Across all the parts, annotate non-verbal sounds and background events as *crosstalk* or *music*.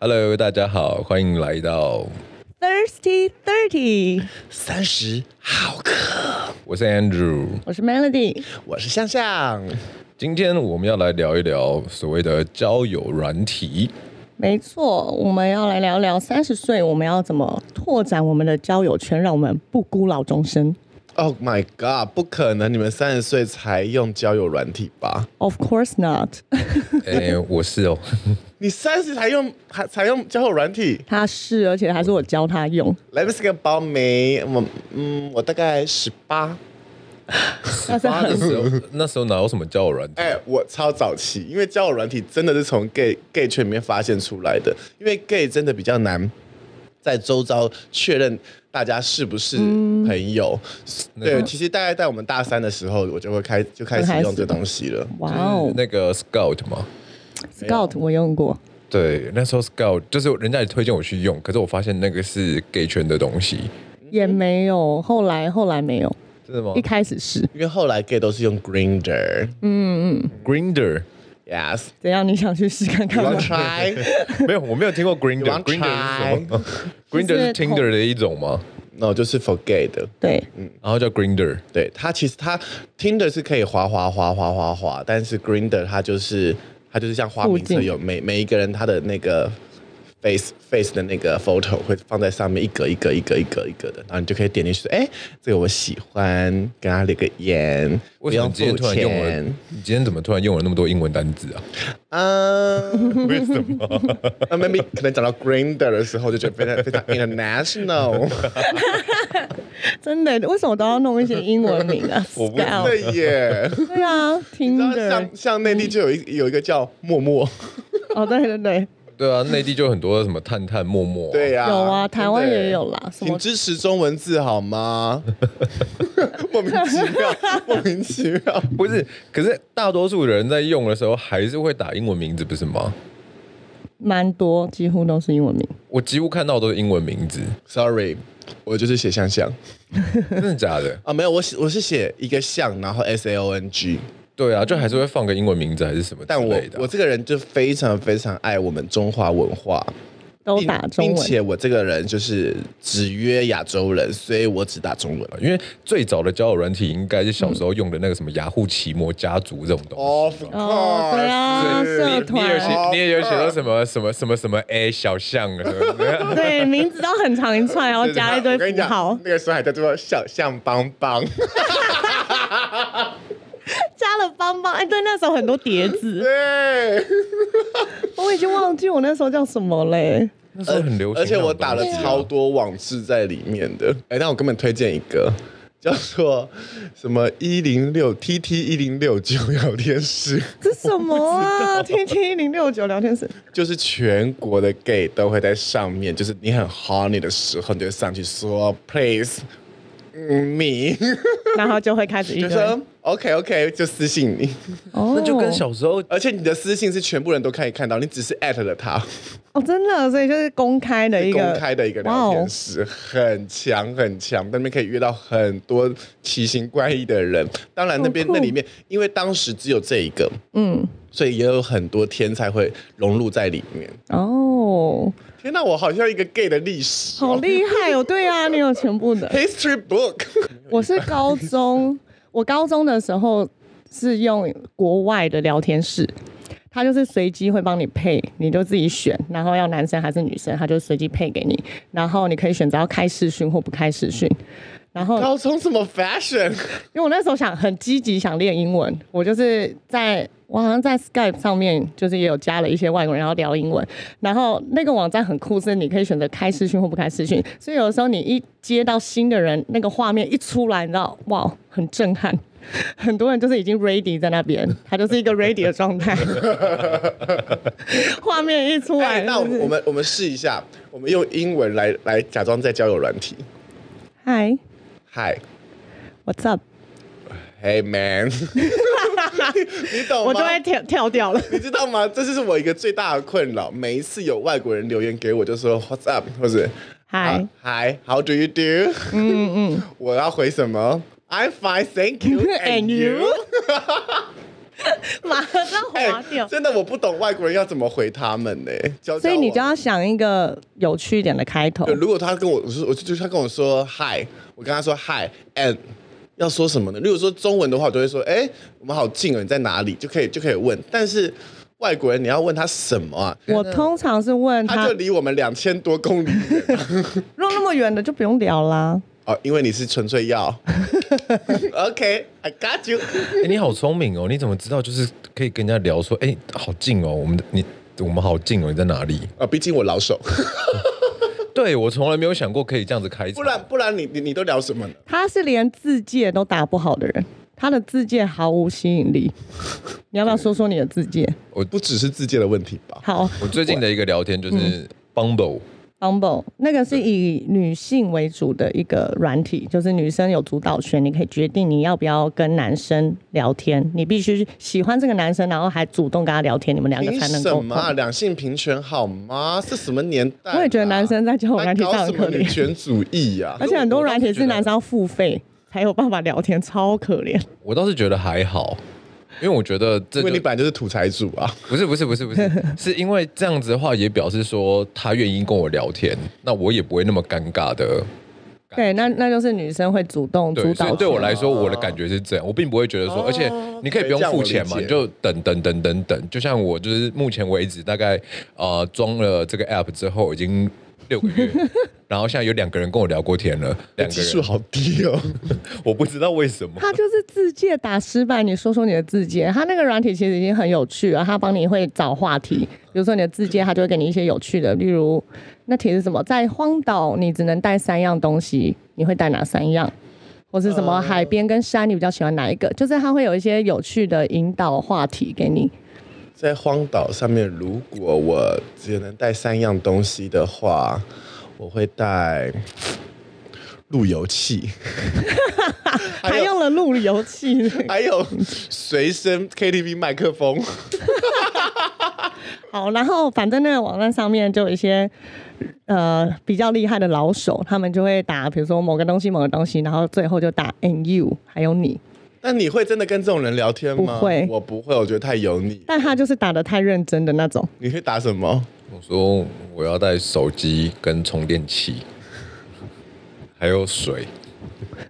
Hello，大家好，欢迎来到 Thirsty Thirty，三十好客，我是 Andrew。我是 Melody。我是向向。今天我们要来聊一聊所谓的交友软 *laughs* 体。没错，我们要来聊聊三十岁我们要怎么拓展我们的交友圈，让我们不孤老终生。 Oh my god，不可能，你们三十岁才用交友软体吧？ Of course not， *laughs* 哎，我是哦，你三十才用，还才用交友软体？他是，而且还是我教他用。来不是个包没？我嗯，我大概十八。那是那很时候那时候哪有什么交友软体？哎，我超早期，因为交友软体真的是从 gay gay 圈里面发现出来的，因为 gay 真的比较难在周遭确认大家是不是朋友。对，其实大概在我们大三的时候，我就会开就开始用这东西了。哇哦那个 Scout 嘛， ，Scout 我用过，对，那时候 Scout 就是人家也推荐我去用，可是我发现那个是 gay 圈的东西，也没有，后来后来没有，真的吗一开始是因为后来 gay 都是用 Grinder， ？Grinder Yes，嗯怎样？你想去试看 you 看吗 want？try？ *laughs* 没有，我没有 *laughs* 听过 Grinder。Grinder want 是什么就 *laughs* ？Grinder 是是同 Tinder 的一种吗？ no，就是哦 for gay 的。对，然后叫 Grinder。对，它其实它 Tinder 是可以滑滑滑滑滑滑，但是 Grinder 它就是它就是像花名册有每每一个人他的那个 face face 的那个 photo 会放在上面一格一格一格一格一格的，然后你就可以点进去说，哎，这个我喜欢，跟他留个言，不为什么用你今天付突然用了钱。？你今天怎么突然用了那么多英文单字啊？嗯，为什 *laughs* 么？那 maybe 可能讲到 Grinder 的时候，就觉得非 *laughs* 常非常 international。真的，为什么都要弄一些英文名啊哦？Scout，对耶。对啊你知道，Tinder，像像内地就有一有一个叫默默，哦，对对对，对啊，内地就有很多什么探探、陌陌、对、呀、有啊，台湾真的也有。啦，什请么支持中文字 *laughs* 好吗？莫名其妙，莫名其妙。不是？可是大多数人在用的时候还是会打英文名字，不是吗？蛮多，几乎都是英文名。我几乎看到都是英文名字， Sorry，我就是写香香真的假的？啊，没有，我写我是写一个像，然后 S A O N G，对啊，就还是会放个英文名字还是什么之但我类的啊、我这个人就非常非常爱我们中华文化，都并打中并文，且我这个人就是只约亚洲人，所以我只打中文。因为最早的交友软体应该是小时候用的那个什么雅虎奇摩家族这种东西。 Of 哦对啊 course，社你你也有团写，你也有写到什么什么什么什么 A 小象啊什么的， *laughs* 对，名字都很长一串， *laughs* 然后加一堆我跟你符讲号，，那个时候还叫做小象邦邦，加了邦邦。哎，对，那时候很多叠字，对。 *laughs* 我已经忘记我那时候叫什么嘞。那时候很流行 *laughs* 那而种东西啊。且我打了超多网志在里面的。哎、但我根本推荐一个叫做什么一零六 TT 一零六九聊天室，这什么 *laughs* 啊？T T 零六九聊天室，就是全国的 gay 都会在上面，就是你很 horny 的时候，你就上去说 please。嗯，me 然后就会开始一就堆。说 OK OK 就私信你， *laughs* 哦，那就跟小时候而且你的私信是全部人都可以看到，你只是艾特了他，哦，真的，所以就是公开的一公个开的一个聊天室，很强很强，那边可以约到很多奇形怪异的人。当然，那边好酷那里面，因为当时只有这一个，嗯，所以也有很多天才会融入在里面。哇哦，哦，天哪，我好像一个 gay 的历史、好厉害哦！对啊，你有全部的。 History book，我是高中，我高中的时候是用国外的聊天室，他就是随机会帮你配，你就自己选，然后要男生还是女生，他就随机配给你，然后你可以选择要开视讯或不开视讯。然后，高中什么 *laughs* fashion？因为我那时候想很积极，想练英文，我就是在我好像在 Skype 上面，就是也有加了一些外国人，然后聊英文。然后那个网站很酷，是你可以选择开视讯或不开视讯，所以有的时候你一接到新的人，那个画面一出来，你知道，哇，很震撼。 *laughs* 很多人就是已经 ready 在那边，他就是一个 ready 的状态。 *laughs* 画面一出来哎，，那我就是们我们我们试一下，我们用英文来来假装在交友软体。 Hi Hi，Hey what's up， man，你懂吗？我就会跳跳掉了。你知道吗？这就是我一个最大的困扰。每一次有外国人留言给我，就说 What's up，或者 Hi，啊 Hi，How do you do？嗯嗯，我要回什么？I'm fine, thank *laughs* you. And And you？马上划掉。哎真的我不懂外国人要怎么回他们呢、教教所以你我就要想一个有趣一点的开头对，。如果他跟我我说，我就就是他跟我说嗨，我跟他说嗨，and 要说什么呢？如果说中文的话，我就会说，哎、我们好近哦，你在哪里？就可以就可以问。但是外国人你要问他什么啊？我通常是问他嗯他就，离我们两千多公里远啊如果那么远的就不用聊啦。哦，因为你是纯粹 *laughs* 要，OK，I、got you。哎、你好聪明哦！你怎么知道？就是可以跟人家聊说，哎、好近哦，我们的你我们好近哦，你在哪里？啊，毕竟我老手，对我从来没有想过可以这样子开场，不然不然你你你都聊什么呢？他是连字界都打不好的人，他的字界毫无吸引 *laughs* 力。你要不要说说你的字界？不只是自荐的问题吧？好我最近的一个聊天就是嗯 Bumble，、 ，Bumble 那个是以女性为主的一个软体，就是女生有主导权，你可以决定你要不要跟男生聊天，你必须喜欢这个男生，然后还主动跟他聊天，你们两个凭才能什够么啊、。两性平权好吗？是什么年代啊、我也觉得男生在交友还软体搞上什很么可女怜。权主义呀、而且很多软体是男生要付费才有办法聊天，超可怜。我倒是觉得还好，因为我觉得这因为你就本来就是土财主啊，不是不是不是不 *laughs* 是，是因为这样子的话也表示说他愿意跟我聊天，那我也不会那么尴尬的。对，那那就是女生会主动主对，所导以对权哦我来说，我的感觉是这样，我并不会觉得说，而且你可以不用付钱嘛，对你这样就等等等等等。就像我就是目前为止，大概呃装了这个 app 之后已经六个 *laughs* 月，然后现在有两个人跟我聊过天了， *laughs* 两个技术人，好 *laughs* 低哦。我不知道为什么。他就是自介打失败，你说说你的自介。他那个软体其实已经很有趣了，他帮你会找话题，比如说你的自介，他就会给你一些有趣的，例如那题是什么？在荒岛你只能带三样东西，你会带哪三样？或是什么海边跟山，你比较喜欢哪一个？就是他会有一些有趣的引导话题给你。在荒岛上面，如果我只能带三样东西的话，我会带路由器， *laughs* 还还有用了路由器，还有随身 KTV 麦克风。好，然后反正那个网站上面就有一些呃比较厉害的老手，他们就会打，比如说某个东西某个东西，然后最后就打 and you，还有你。那你会真的跟这种人聊天吗？不会我不会，我觉得太油腻。但他就是打的太认真的那种，你会打什么？我说我要带手机跟充电器，还有水。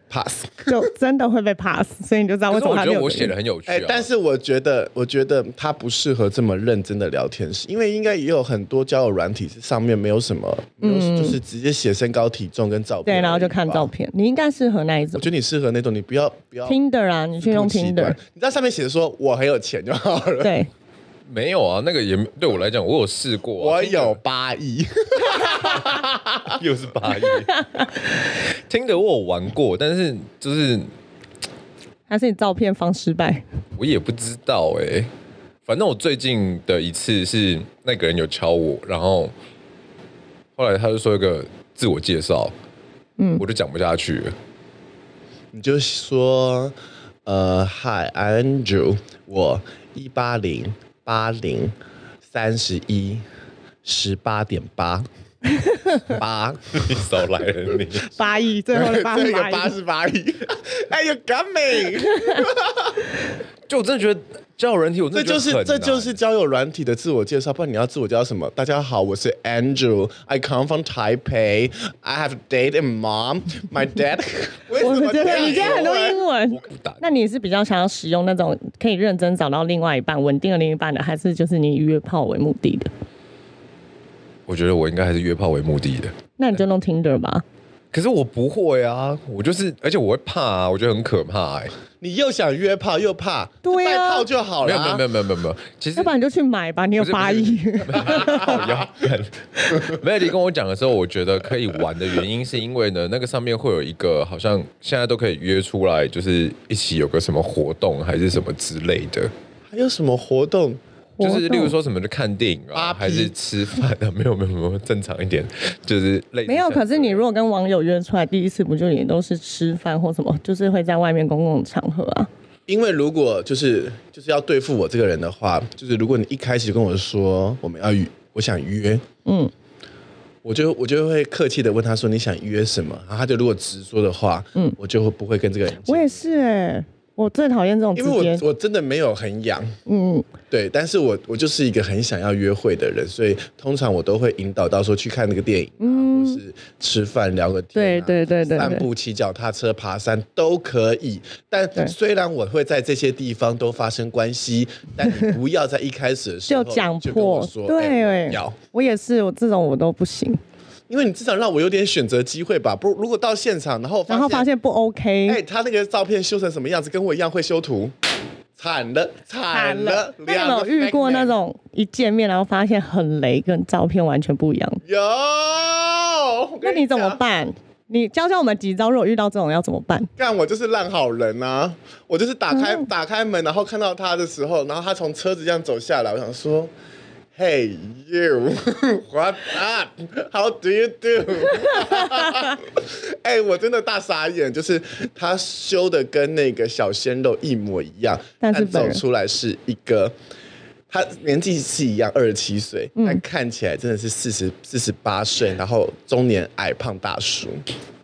pass。 *laughs* 就真的会被 pass，所以你就知啊道为可什是我么他觉没得有我给写你的很有趣、啊哎、但是我觉得，我觉得他不适合这么认真的聊天室，因为应该也有很多交友软体是上面没有什么，没有、就是直接写身高体重跟照片嗯对，而已吧，然后就看照片，你应该适合那一种我觉得你适合那种，你不要不要 Tinder 啊，你去用不极端 Tinder，你知道上面写的说我很有钱就好了，对，没有啊，那个也没对我来讲，我有试过、啊， *laughs* 我有八亿，又是八亿， *laughs* 听的我有玩过，但是就是还是你照片方失败，我也不知道哎、反正我最近的一次是那个人有敲我，然后后来他就说一个自我介绍，嗯，我就讲不下去了。 *laughs* 你就说呃，Hi I'm Andrew，我一八零八零三十一十八点八八。你少来了你，八亿，最 *laughs* 后的八这亿个八十八亿， *laughs* 哎呦，赶美！就我真的觉得交友人体，我这真的就觉是得很这难就是交友软体的自我介绍，不然你要自我介绍什么？大家好，我是 Andrew，I come from Taipei，I have dad and mom, my dad 。 *laughs* 为我什么觉得这样啊你今天很多英文我。不打那你是比较想要使用那种可以认真找到另外一半、稳定的另一半的，还是就是你以约炮为目的的？我觉得我应该还是约炮为目的的。那你就弄 Tinder 吧。可是我不会啊，我就是，而且我会怕啊，我觉得很可怕哎、你又想约炮又怕，对啊就带炮就好没了有没啊。有没有没有没有没有，其实要不然你就去买吧，你有不是八亿。靠腰干 *laughs* 没有你跟我讲的时候，我觉得可以玩的原因是因为呢，那个上面会有一个好像现在都可以约出来，就是一起有个什么活动还是什么之类的，还有什么活动？就是活动例如说什么就看电影扒啊，皮还是吃饭啊，没有没有没有正常一点，就是类似没有，像可是你如果跟网友约出来，第一次不就也都是吃饭或什么，就是会在外面公共场合啊。因为如果就是就是要对付我这个人的话，就是如果你一开始就跟我说我们要约，我想约，嗯，我就我就会客气的问他说你想约什么，然后他就如果直说的话，嗯，我就会不会跟这个人见。我也是哎、我最讨厌这种直因为接我我真的没有很痒，嗯，对，但是我我就是一个很想要约会的人，所以通常我都会引导到说去看那个电影、啊，或是吃饭聊个天、啊，嗯对对对对散步、骑脚踏车、爬山都可以。对但虽然我会在这些地方都发生关系，但 *laughs* 你不要在一开始的时就候讲就跟我破说，，对，哎哎我要，我也是，我这种我都不行。因为你至少让我有点选择机会吧。不，如果到现场，然后然后发现不 OK，、哎、他那个照片修成什么样子，跟我一样会修图，惨了，惨了，那你有没有遇过那两个 fake man 种一见面然后发现很雷，跟照片完全不一样？有，我那跟你怎么讲？办？你教教我们几招，如果遇到这种要怎么办？干我就是烂好人啊！我就是打开、嗯打开门，然后看到他的时候，然后他从车子这样走下来，我想说，Hey *laughs* you，what up？How do you do？哎、我真的大傻眼，就是他修的跟那个小鲜肉一模一样，但是本走人出来是一个。他年纪是一样，二十七岁，嗯但看起来真的是四十四十八岁，然后中年矮胖大叔。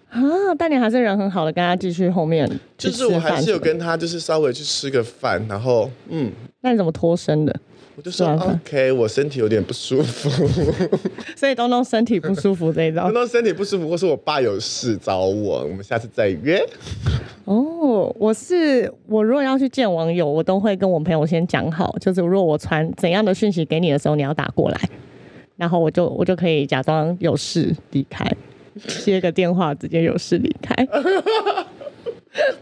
啊！但你还是人很好的，跟他继续后面去就是吃我饭什么的。还是有跟他就是稍微去吃个饭，然后嗯，那你怎么脱身的？我就说吃完饭 OK，我身体有点不舒服， *laughs* 所以东东身体不舒服这一招然后身体不舒服，或是我爸有事找我，我们下次再约。哦，我是我如果要去见网友，我都会跟我朋友先讲好，就是如果我传怎样的讯息给你的时候，你要打过来，然后我就我就可以假装有事离开，接个电话直接有事离 *laughs* 开。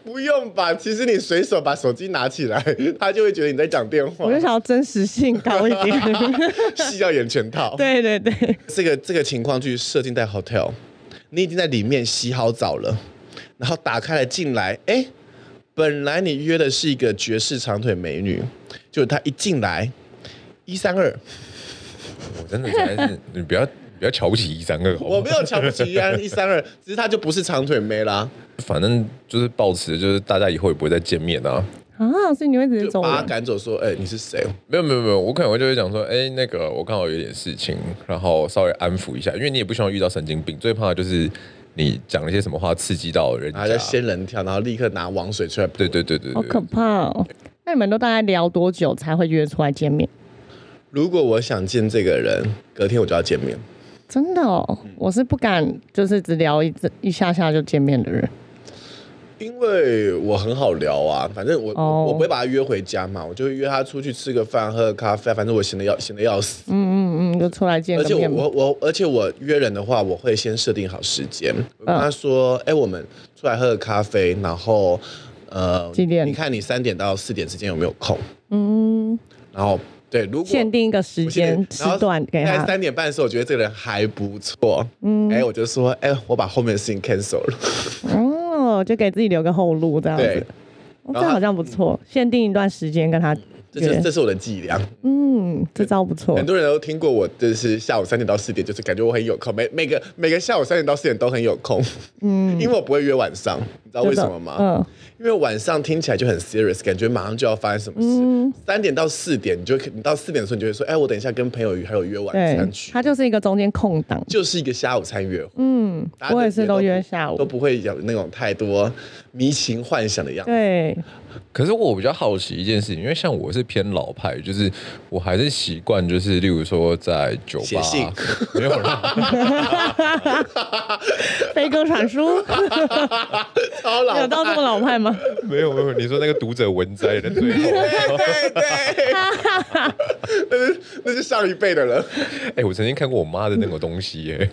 不用吧，其实你随手把手机拿起来，他就会觉得你在讲电话我，就想要真实性高一点。 *laughs* 戏要演全套。，对对对，这个这个情况就是设定在 hotel，你已经在里面洗好澡了，然后打开了进来，哎，本来你约的是一个绝世长腿美女，就她一进来，一三二。我真的实在是，你不要不要瞧不起一三二，好不我好没有瞧不起一安一三二，只是他就不是长腿妹啦，反正就是抱持就是大家以后也不会再见面啊。啊，所以你会直接就走把他人？赶走，说：“哎、你是谁没有没有没有，我可能就会讲说，哎、那个我刚好有点事情，然后稍微安抚一下，因为你也不希望遇到神经病，最怕的就是你讲了一些什么话刺激到人？”然家后。就仙人跳，然后立刻拿王水出来。对对对对好对可怕哦！那你们都大概聊多久才会约出来见面？如果我想见这个人，隔天我就要见面。真的哦，我是不敢，就是只聊一次一下下就见面的人。因为我很好聊啊，反正我、哦我不会把他约回家嘛，我就约他出去吃个饭、喝个咖啡，反正我闲的要闲的要死。嗯嗯嗯，就出来见而且个面吧。我我而且我约人的话，我会先设定好时间，嗯我跟他说，哎、我们出来喝个咖啡，然后呃，几点你看你三点到四点之间有没有空？嗯，然后对，如果限定一个时我现在间时段给然后大概他。三点半的时候，我觉得这个人还不错，嗯，哎，我就说，哎，我把后面的事情 cancel 了，哦，就给自己留个后路这样子。，对哦然这后他好像不错，限定一段时间跟他这是约这。是我的伎俩。嗯，这招不错很。多人都听过我，就是下午三点到四点，就是感觉我很有空，每每个每个下午三点到四点都很有空，嗯，因为我不会约晚上，你知道为什么吗？嗯，因为晚上听起来就很 serious，感觉马上就要发生什么嗯事。三、点到四点，你就可你到四点的时候，你就会说，哎，我等一下跟朋友还有约晚对餐，去，他就是一个中间空档。就是一个下午餐约会。嗯大，家我也是都约下都午。不会有那种太多迷情幻想的样子。对，可是我比较好奇一件事情，因为像我是偏老派，就是我还是习惯，就是例如说在酒吧写信，没有 *laughs* 啦，飞鸽传 *laughs* 书超老派有到这么老派 *laughs* 吗？没有没有，你说那个读者文摘的最后，对对 *laughs* 对，那是那是上一辈的人。哎、我曾经看过我妈的那个东西、 *laughs* 耶，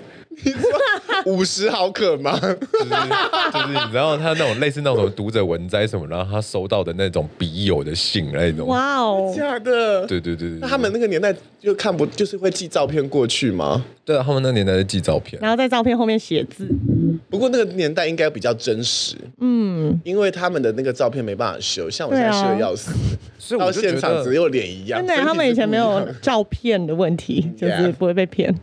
五十毫克 *laughs* 吗？就是就是你知道她那种类似那种读者文摘什么，然后她收到的那种笔友的信那种，哇哦，假的。对对对对，那他们那个年代就看不，就是会寄照片过去吗？对啊，他们那年代是寄照片，然后在照片后面写字，不过那个年代应该比较真实，嗯，因为他们的那个照片没办法修，像我现在对啊修的要死，所以到啊我就觉现场只得，有脸一样。真的，身体啊他们以前没是不一有样的照片的 *laughs* 问题，就是不会被骗。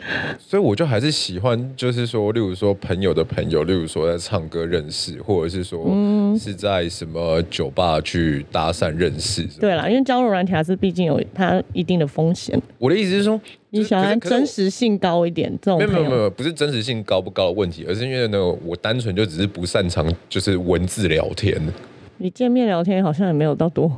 所以我就还是喜欢，就是说，例如说朋友的朋友，例如说在唱歌认识，或者是说嗯是在什么酒吧去搭讪认识。对，啦，因为交友软体还是毕竟有它一定的风险，我的意思是说，你喜欢可是可是我真实性高一点这种没有没有朋没友。有，不是真实性高不高的问题，而是因为呢，我单纯就只是不擅长就是文字聊天。你见面聊天好像也没有到多，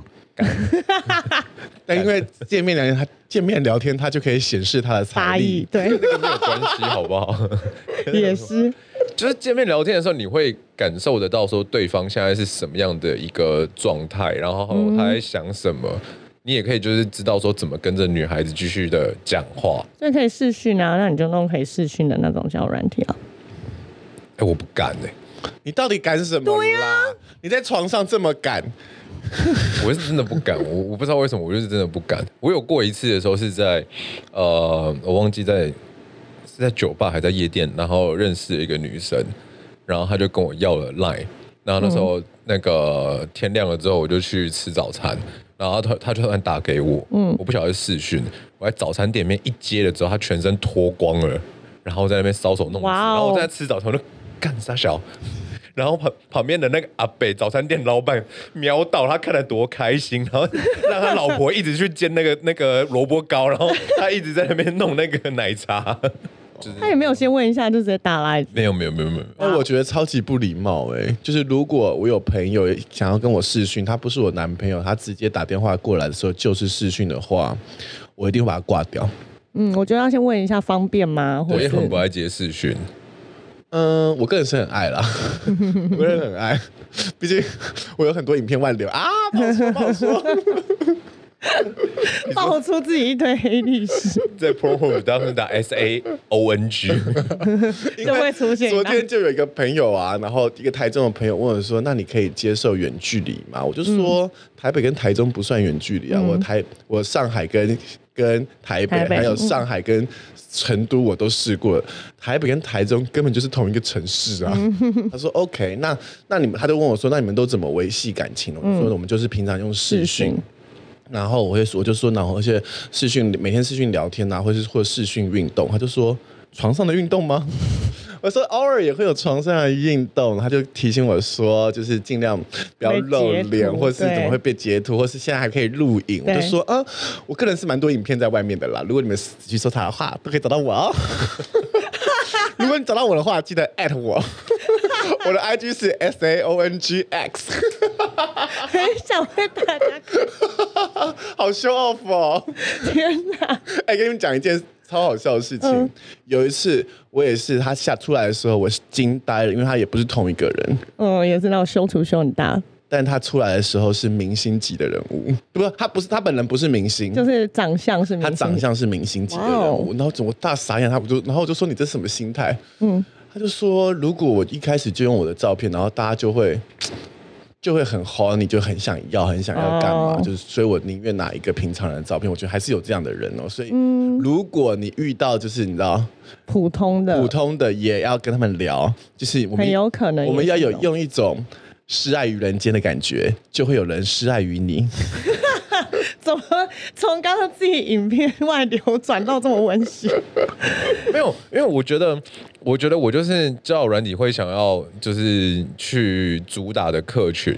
但因为见面聊天，他见面聊天，他就可以显示他的八财亿力。 *laughs* 对，这个没有关系，好不好？ *laughs* 也是就是见面聊天的时候，你会感受得到说对方现在是什么样的一个状态，然后他在想什么，你也可以就是知道说怎么跟着女孩子继续的讲话。所以可以视讯啊，那你就弄可以视讯的那种交友软体啊。哎、我不敢哎、你到底敢什么？对呀、你在床上这么敢，我是真的不敢，我我不知道为什么，我就是真的不敢。我有过一次的时候是在，呃，我忘记在是在酒吧还在夜店，然后认识了一个女生，然后她就跟我要了 line，然后那时候、嗯那个天亮了之后，我就去吃早餐，然后她她就突然打给我，嗯，我不晓得是视讯，我在早餐店里面一接了之后，她全身脱光了，然后在那边搔首弄姿，哇哦然后我在吃早餐我就干傻小。 *laughs* 然后旁旁边的那个阿北早餐店老板瞄到他看得多开心，然后让他老婆一直去煎那个那个萝卜糕，然后他一直在那边弄那个奶茶。他也没有先问一下，就直接打来，没有没有没有没有，啊那哎我觉得超级不礼貌哎、就是如果我有朋友想要跟我视讯，他不是我男朋友，他直接打电话过来的时候就是视讯的话，我一定会把他挂掉。嗯，我觉得要先问一下方便吗？或我者也是很不爱接视讯，嗯，我个人是很 *laughs* 爱啦，我个人很爱，毕竟我有很多影片外流啊，不好说不好 *laughs* 说。爆出自己一堆黑历史， *laughs* 在 Pornhub 当时打 S A O N G，就会出现啊昨天就有一个朋友啊，然后一个台中的朋友问我说：“那你可以接受远距离吗？”我就说：“台北跟台中不算远距离啊，我台我上海跟跟台嗯北台北还有上海跟成都我都试过了，台北跟台中根本就是同一个城市啊。嗯他说：“OK，那那你们他就问我说：‘那你们都怎么维系感情？’我嗯就说：‘我们就是平常用视讯。’然后我会说，我就说，然后而且视讯每天视讯聊天啊，或是或者视讯运动，他就说床上的运动吗？ *laughs* 我说偶尔也会有床上的运动，他就提醒我说，就是尽量不要被露截脸，图或是对怎么会被截图，或是现在还可以录影。我就对说啊，我个人是蛮多影片在外面的啦，如果你们仔细搜查的话，都可以找到我哦。 *laughs* 如果你找到我的话，记得艾特我， *laughs* 我的 IG 是 S A O N G X， *laughs* 很想被大家好 show off 哦。天哪！ *laughs* 哎、跟你们讲一件超好笑的事情。有一次，我也是他下出来的时候，我是惊呆了，因为他也不是同一个人，嗯，也是那种修图修很大，但他出来的时候是明星级的人物，不，他不是他本人不是明星，就是长相是明他星长相是明星级的人物。然后我大傻眼，他我就然后我就说你这什么心态？嗯，他就说如果我一开始就用我的照片，然后大家就会。就会很 horny，就很想要，很想要干嘛哦就是，所以我宁愿拿一个平常人的照片。我觉得还是有这样的人哦，所以如果你遇到就是你知道，普通的，普通的也要跟他们聊，就是我们呃很有可能我们要有也是哦用一种施爱于人间的感觉，就会有人施爱于你。怎么从刚刚自己影片外流转到这么温 *laughs* 馨？ *laughs* 没有，因为我觉得，我觉得我就是交友软体会想要就是去主打的客群，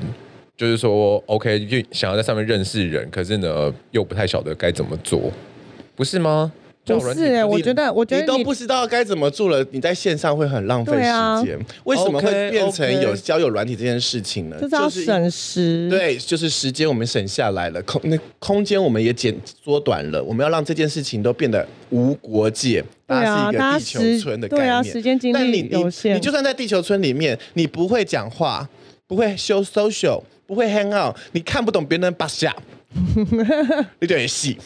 就是说 OK 就想要在上面认识人，可是呢又不太晓得该怎么做，不是吗？交不友软体是、欸，我觉得，我觉你得都你不知道该怎么做了，你在线上会很浪费对啊时间。为什么会 OK，变成 OK 有交友软体这件事情呢？就是要因省时，，对，就是时间我们省下来了，空那空间我们也减缩短了。我们要让这件事情都变得无国界，对啊它是一个大家地球时村的概对念。啊时间精但力你你有限你就算在地球村里面，你不会讲话，不会 show social，不会 hang out，你看不懂别人 *laughs* 把下，你就很细。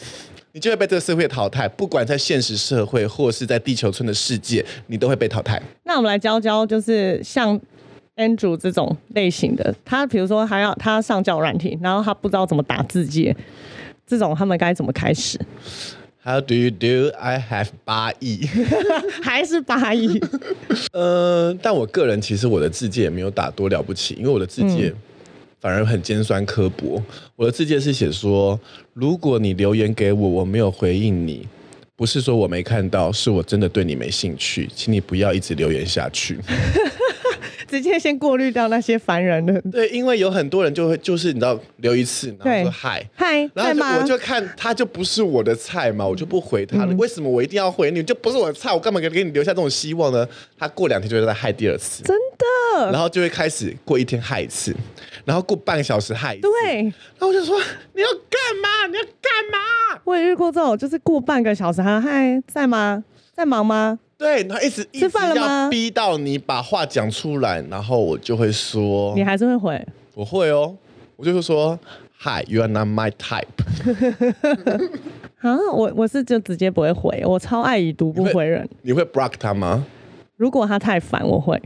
你就会被这个社会淘汰，不管在现实社会或是在地球村的世界，你都会被淘汰。那我们来教教，就是像 Andrew 这种类型的，他比如说还要他上教软体，然后他不知道怎么打字界，这种他们该怎么开始？ *laughs* How do you do? I have 八亿。还是八亿？呃，但我个人其实我的字界也没有打多了不起，因为我的字嗯界反而很尖酸刻薄。我的字界是写说，如果你留言给我，我没有回应你，不是说我没看到，是我真的对你没兴趣，请你不要一直留言下去。 *laughs* 直接先过滤掉那些烦人的。 *laughs* 对，因为有很多人就会就是你知道留一次，然后对说嗨。嗨，然后在就吗嗯我？就看他就不是我的菜嘛，我就不回他了。为什么我一定要回你？就不是我的菜，我干嘛给给你留下这种希望呢？他过两天就会再嗨第二次。真的然后就会开始过一天嗨一次，然后过半个小时嗨一次。对，然后我就说你要干嘛？你要干嘛？我也遇过这种，就是过半个小时还嗨，在吗？在忙吗？对，然后一直一吃直饭了吗要逼到你把话讲出来，然后我就会说你，还是会回，我会哦，我就会说，Hi, you are not my type。啊，我我是就直接不会回，我超爱已读不回人。你会 block 他吗？如果他太烦，我会，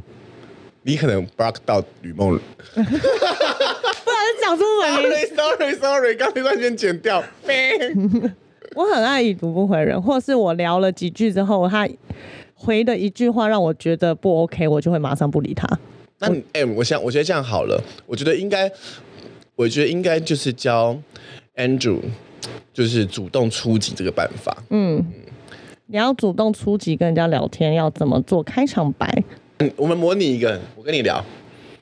你可能 block 到吕梦。不然讲出 *laughs* 本 *laughs* 名。 Sorry，Sorry，Sorry，刚才那边剪掉。我很爱已读不回人，或是我聊了几句之后，他回的一句话让我觉得不 OK，我就会马上不理他。那你哎、我想，我觉得这样好了，我觉得应该，我觉得应该就是教 Andrew，就是主动出击这个办法。你要主动出击跟人家聊天，要怎么做开场白？嗯，我们模拟一个，我跟你聊。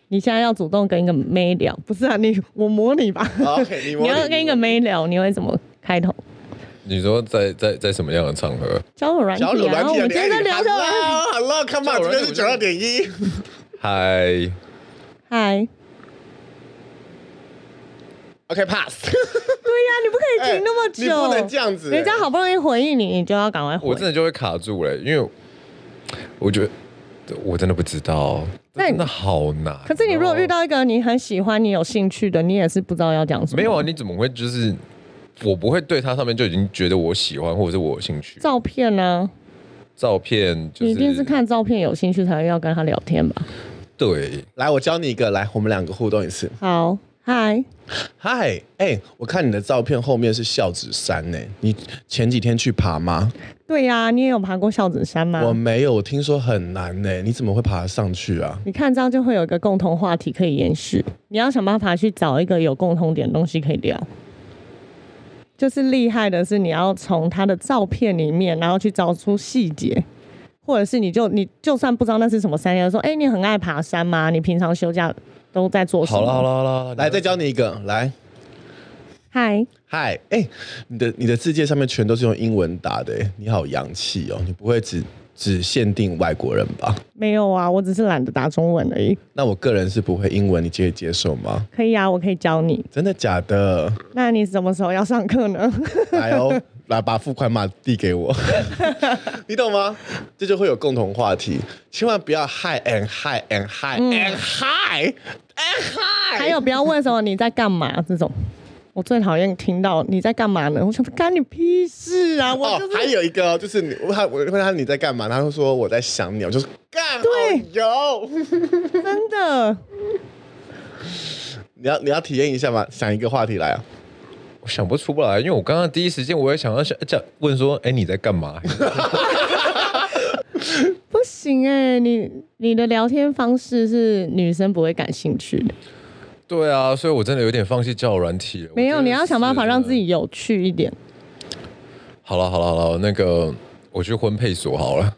你现在要主动跟一个妹聊，不是啊？你我模拟吧。好 OK，你模 *laughs* 你拟要跟一个妹聊，你会怎么开头？你说在在在什么样的场合交友软体、小啊，鲁然软后体我的们今天在聊交友软体。 Hello，Hello，come 交 on，友这软体边是九二点一。嗨，嗨， OK，pass。 *laughs* 对呀、你不可以停那么久，哎你不能这样子哎人家好不容易回应你，你就要赶快回我。真的就会卡住了，因为我觉得我真的不知道，那你真的好难哦。可是你如果遇到一个你很喜欢、你有兴趣的，你也是不知道要讲什么。没有啊，你怎么会就是？我不会对他上面就已经觉得我喜欢或者是我有兴趣。照片呢、照片就是你一定是看照片有兴趣才会要跟他聊天吧？对，来，我教你一个，来，我们两个互动一次。好，嗨，嗨，哎，我看你的照片后面是孝子山呢，你前几天去爬吗？对呀、你也有爬过孝子山吗？我没有，我听说很难呢，你怎么会爬得上去啊？你看这样就会有一个共同话题可以延续。你要想办法去找一个有共同点的东西可以聊。就是厉害的是，你要从他的照片里面，然后去找出细节，或者是你就你就算不知道那是什么山，你就说：“哎、你很爱爬山吗？你平常休假都在做什么？”好了好了好了，来，再教你一个，来。嗨，嗨，哎、你的你的字界上面全都是用英文打的，哎你好洋气哦！你不会只只限定外国人吧？没有啊，我只是懒得打中文而已。那我个人是不会英文，你可以接受吗？可以啊，我可以教你。真的假的？ *laughs* 那你什么时候要上课呢？来哦，来把付款码递给我， *laughs* 你懂吗？这就会有共同话题，千万不要 hi and hi and hi 嗯 and hi and hi。还有不要问什么你在干嘛这种，我最讨厌听到你在干嘛呢？我想说干你屁事啊！我哦就，是、还有一个哦就是你问他，我问他你在干嘛，他会说我在想你，我就是干对哦有。真的你要你要体验一下吗？想一个话题来啊！我想不出来，因为我刚刚第一时间我也想要想讲问说，哎、你在干 *laughs* 嘛？不行哎、你你的聊天方式是女生不会感兴趣的。对啊，所以我真的有点放弃交友软体了。我没有，真的你要想办法是啊让自。己有趣一点。好了好了好了，那个我去婚配所好了，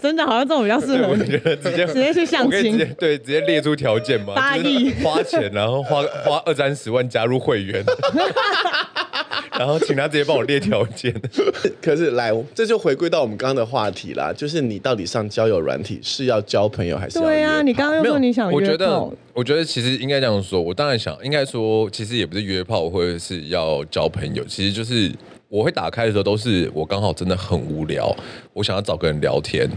真的，好像这种比较适合 *laughs* 你。直接直接去相我可以直接亲，对，直接列出条件嘛，八就是亿花钱，然后花花二三十万加入会 *laughs* 员， *laughs* 然后请他直接帮我列条件。 *laughs* 可是来，这就回归到我们刚刚的话题啦，就是你到底上交友软体是要交朋友还是 *laughs* 要对啊，约你刚刚又没有说你想我约觉得炮，，我觉得其实应该这样说。我当然想，应该说，其实也不是约炮，或者是要交朋友，其实就是我会打开的时候，都是我刚好真的很无聊，我想要找个人聊天。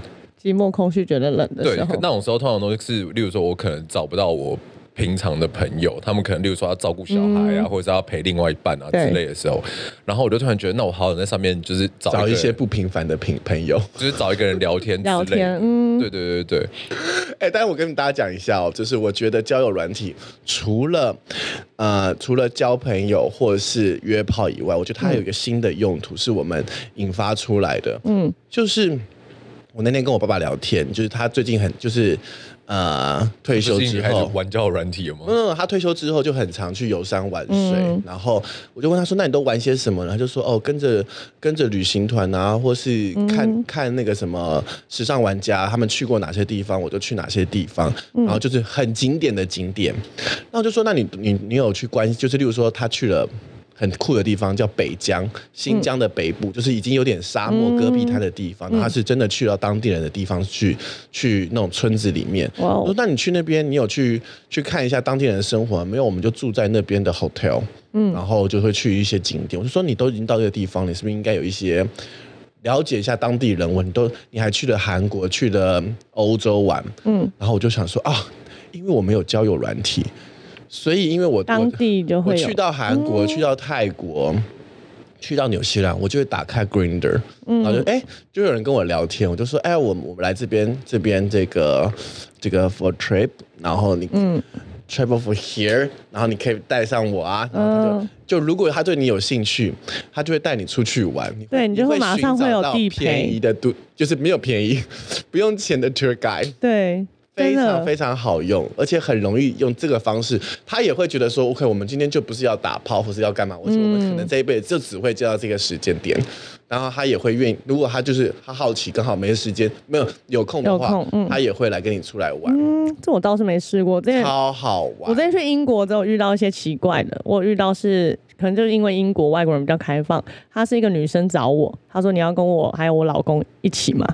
寂寞空虚觉得冷的对时候，，那种时候通常都是，例如说，我可能找不到我平常的朋友，他们可能例如说要照顾小孩啊，或者是要陪另外一半啊嗯对之类的时候，然后我就突然觉得，那我好想在上面就是找找一一个 *laughs* 些，不平凡的朋朋友。 *laughs* 就是找一个人聊天之类聊的天嗯对对对对，哎、但是我跟大家讲一下哦，就是我觉得交友软体除了呃除了交朋友或者是约炮以外，我觉得它还有一个新的用嗯途是我们引发出来的，嗯，就是我那天跟我爸爸聊天，就是他最近很就是呃退休最近之女孩子后。玩交友软体了吗？嗯，他退休之后就很常去游山玩水，嗯然后我就问他说：“那你都玩些什么？”然后他就说：“哦，跟着跟着旅行团啊，或是看、看那个什么时尚玩家，他们去过哪些地方，我就去哪些地方，然后就是很景点的景点。那我就说：“那你你你有去关，就是例如说他去了很酷的地方，叫北疆，新疆的北部，就是已经有点沙漠戈壁滩的地方。然后他是真的去到当地人的地方去，去那种村子里面。哇哦我说那你去那边，你有去去看一下当地人的生活吗没有？我们就住在那边的 hotel，嗯，然后就会去一些景点。我就说你都已经到这个地方，你是不是应该有一些了解一下当地人文？你都你还去了韩国，去了欧洲玩，嗯，然后我就想说啊，因为我没有交友软体，所以因为我当地就我会有嗯去到韩国，去到泰国。去到纽西兰，我就会打开 Grinder，、然后嗯就哎、就有人跟我聊天，我就说哎、我们我们来这边这边这个这个 for trip，然后你嗯 travel for here，然后你可以带上我啊，然后他就、嗯就如果他对你有兴趣，他就会带你出去玩，你对你就会会马上会有寻找到地陪便宜的都就是没有便宜 *laughs* 不用钱的 tour guide。对，真非的常非常好用，而且很容易用这个方式，他也会觉得说，OK，我们今天就不是要打炮或是要干嘛，我觉得我们嗯可能这一辈子就只会见到这个时间点，然后他也会愿意，如果他就是他好奇，刚好没时间，没有有空的有话空，嗯他也会来跟你出来玩，嗯，这我倒是没试过。之前超好我玩 *laughs* 之。前去英国之后遇到一些奇怪的，我遇到是可能就是因为英国外国人比较开放，她是一个女生找我，她说你要跟我还有我老公一起吗？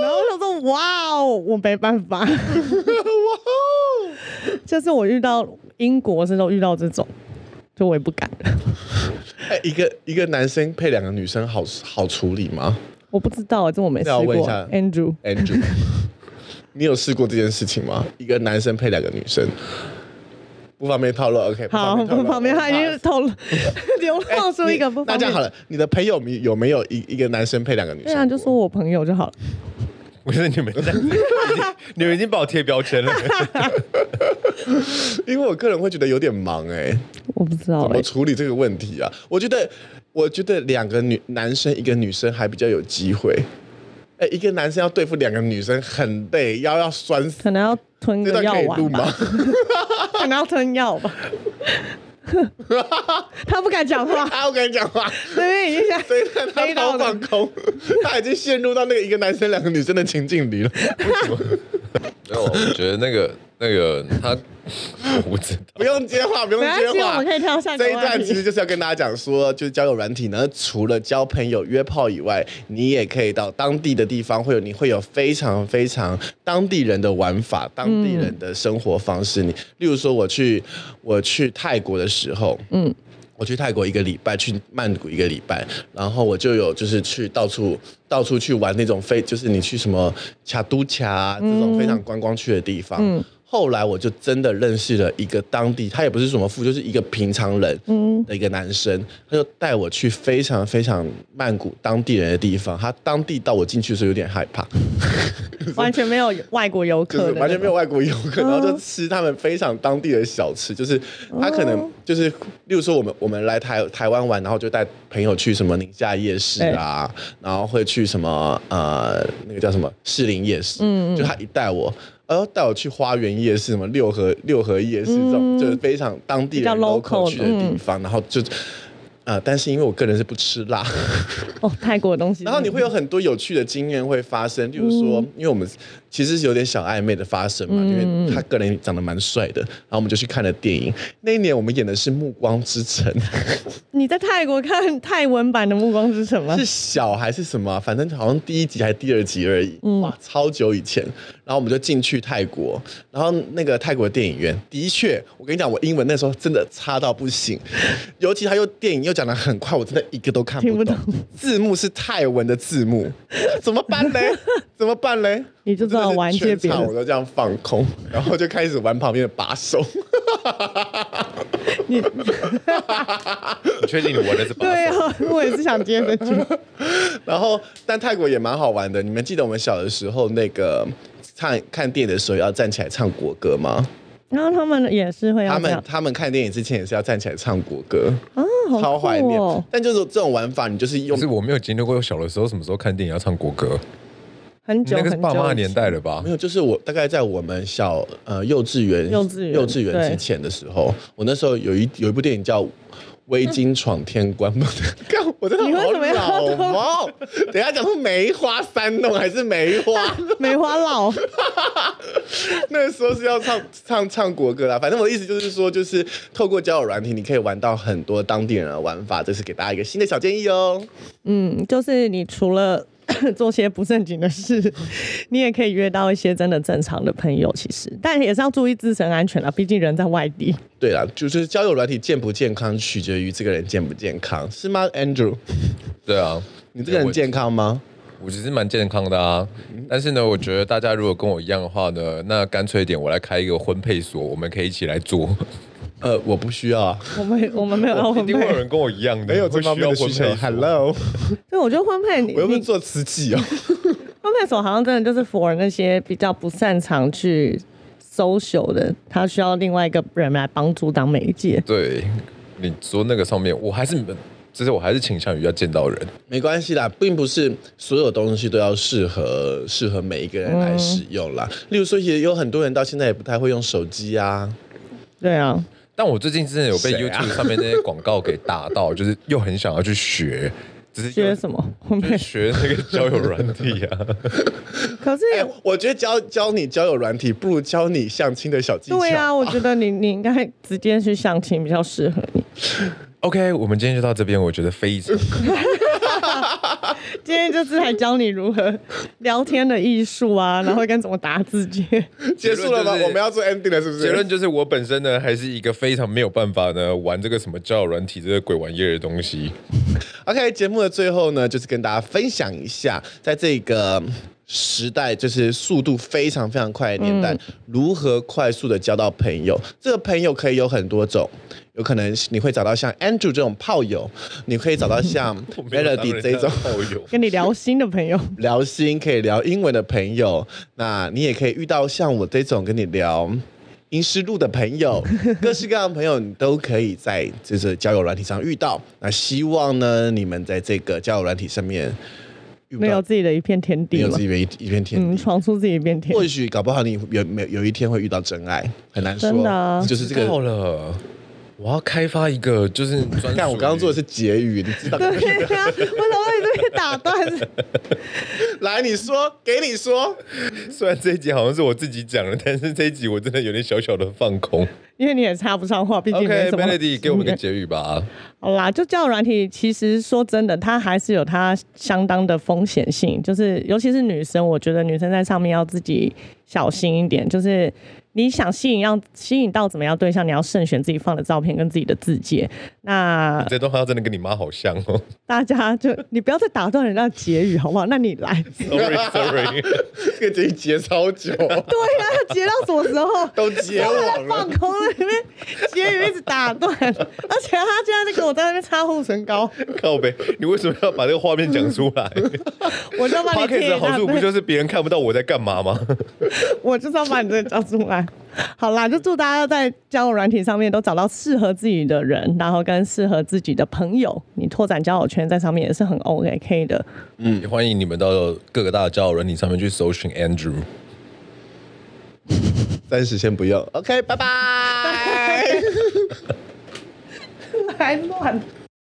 然后我想说哇哦，我没办法， *laughs* 哦就是我遇到英国的时候遇到这种，就我也不敢，哎、一个一个男生配两个女生好，好处理吗我不知道，欸这我没试那我问一过下。 Andrew， ？Andrew，你有试过这件事情吗？一个男生配两个女生，不方便透露。OK，好，不不方方便便，透露他已经 pass 透露 *laughs* 流哎露出一个你不方那这便样好。了，你的朋友们有没有一一个男生配两个女生过？对啊，就说我朋友就好了。不是你们 *laughs* 在，你们你们已经把我贴标签了。因为我个人会觉得有点忙哎、我不知道怎哎、么处理这个问题啊？我觉得，我觉得两个女男生一个女生还比较有机会。哎、一个男生要对付两个女生很累，腰要酸死。可能要吞这个段药可以录丸吧吗，？ *laughs* 可能要吞药吧。他不敢讲话，啊，我跟你讲话，那边已经在这一段他飞到头了放空， *laughs* 他已经陷入到那个一个男生两个女生的情境里了。没有，我觉得那个那个他，我不知道。不用接话，不用没关系接话，我们可以跳下一个这一话段题其实就是要跟大家讲说，就是交友软体呢，除了交朋友、约炮以外，你也可以到当地的地方，会有你会有非常非常当地人的玩法、当地人的生活方式。你例如说，我去我去泰国的时候，嗯。我去泰国一个礼拜，去曼谷一个礼拜，然后我就有就是去到处到处去玩那种非就是你去什么卡都卡、啊、这种非常观光去的地方。后来我就真的认识了一个当地，他也不是什么富，就是一个平常人的一个男生，他就带我去非常非常曼谷当地人的地方。他当地到我进去的时候有点害怕，完全没有外国游就客是的，完全没有。外国游客，然后就 *laughs* 嗯吃他们非常当地的小吃，就是他可嗯能就是，例如说我们我们来台台湾玩，然后就带朋友去什么宁夏夜市啊，然后会去什么呃那个叫什么士林夜市，嗯就他一带我。呃，带我去花园夜市，什么六合六合夜市这种，就是非常当地嗯比较人 local 嗯去的地方，然后就，呃，但是因为我个人是不吃辣，哦，泰国的东西。然后你会有很多有趣的经验会发生，例如说，因为我们其实是有点小暧昧的发生嘛，因为他个人长得蛮帅的，然后我们就去看了电影。那一年我们演的是《暮光之城》，你在泰国看泰文版的《暮光之城》吗是？小还是什么啊、反正好像第一集还是第二集而已，嗯哇，超久以前。然后我们就进去泰国，然后那个泰国电影院的确，我跟你讲，我英文那时候真的差到不行，尤其他又电影又讲的很快，我真的一个都看听不不懂。懂字幕是泰文的字幕，怎么办 *laughs* 嘞？怎么办嘞？你就知道玩一些别的真是全场我都这样放空，然后就开始玩旁边的把手。你你确定你玩的是八对手？啊， *laughs* 我也是想接着句。然后，但泰国也蛮好玩的。你们记得我们小的时候那个看看电影的时候要站起来唱国歌吗？然后他们也是会要他这们样他们看电影之前也是要站起来唱国歌，啊，好超怀酷念哦。。但就是这种玩法，你就是可用是我没有经历过，我小的时候什么时候看电影要唱国歌？很久那个很是久爸妈的以前年代了吧没？有，就是我大概在我们小呃幼稚园、幼稚园幼稚园对之前的时候，我那时候有一有一部电影叫《微鲸闯天关》，看我我真的你为好什么要老哦。等一下讲出梅花三弄还是梅花？梅花 *laughs* 烙，那时候是要唱唱唱国歌啦。反正我的意思就是说，就是透过交友软体，你可以玩到很多当地人的玩法，这是给大家一个新的小建议哦。嗯，就是你除了 *coughs* 做些不正经的事，你也可以约到一些真的正常的朋友，其实，但也是要注意自身安全啦，毕竟人在外地。对啦，就是交友软体健不健康，取决于这个人健不健康，是吗，Andrew？对啊，你这个人健康，康吗？我其实蛮健康的啊。但是呢，我觉得大家如果跟我一样的话呢，那干脆一点，我来开一个婚配所，我们可以一起来做。呃，我不需要啊，我们我们没有要一哦婚定会有配，人跟我一样的，没有这会方需面要的婚需配求。所。 Hello，对，我觉得婚配你我又不你是做瓷器哦。婚配所好像真的就是 for 那些比较不擅长去 social 的，他需要另外一个人来帮助当媒介。对，你说那个上面，我还是就是我还是倾向于要见到人。 *laughs* 没关系啦，并不是所有东西都要适合适合每一个人来使用啦。例如说，也有很多人到现在也不太会用手机啊。对啊，但我最近真的有被谁啊 YouTube 上面那些广告给打 *laughs* 到，就是又很想要去学，只是又学什么婚就是配？学那个交友软体啊。可是。哎、 *laughs* 我觉得教教你交友软体，不如教你相亲的小技巧。对啊，我觉得你你应该直接去相亲比较适合你。 *laughs* OK，我们今天就到这边，我觉得非常今天就是来教你如何聊天的艺术啊，然后跟怎么打字节。结束了吗？结论就是我们要做 ending 了，是不是？ *laughs* 结论就是我本身呢还是一个非常没有办法呢玩这个什么交友软体这个鬼玩意儿的东西。 OK，节目的最后呢，就是跟大家分享一下，在这个时代，就是速度非常非常快的年嗯代，如何快速的交到朋友。这个朋友可以有很多种，有可能是你会找到像 Andrew 这种炮友，你可以找到像 *laughs* Melody 这种。好友，跟你聊心的朋 *laughs* 友，聊心可以聊英文的朋友，那你也可以遇到像我这种跟你聊英诗路的朋 *laughs* 友，各式各样的朋友你都可以在这个交友软体上遇到。那希望呢，你们在这个交友软体上面遇不没有到自己的一片天没地有嘛自，己的一一片天地。嗯，闯出自己一片天或地。许搞不好你有没有有一天会遇到真爱，很难说。真的啊 *laughs* 就是这到个。了，我要开发一个就是专属。看我刚刚做的是结语，你知 *laughs* 道？对呀、啊，我怎么会这边打断？来，你说，给你说， *laughs* 是，虽然这一集好像是我自己讲的，但是这一集我真的有点小小的放空。因为你也插不上话，毕竟没什么。 OK，Melody 给我们个结语吧。 *laughs* 好啦，就交友软体，其实说真的，它还是有它相当的风险性，就是尤其是女生，我觉得女生在上面要自己小心一点，就是你想吸引要吸引到怎么样对象，你要慎选自己放的照片跟自己的字节。那这段话真的跟你妈好像哦。大家就你不要再打断人家的结语好不好？那你 *laughs* 来， Sorry，Sorry，这个结语结超久，对呀、啊，结到什么时 *laughs* 候？都结网了放。空在那边，结语一直打断，而且他现在在给我在那边擦护唇膏， *laughs* 靠背，你为什么要把这个画面讲出来我就把你？Podcast 贴的好处不上就是别人看不到我在干嘛吗？我就是要把你这个叫出来。好啦，就祝大家在交友软体上面都找到适合自己的人，然后跟适合自己的朋友，你拓展交友圈在上面也是很 OK 的。 *laughs* 也欢迎你们到各个大交友软体上面去搜寻 Andrew。暂时先不用。OK，拜拜。还乱。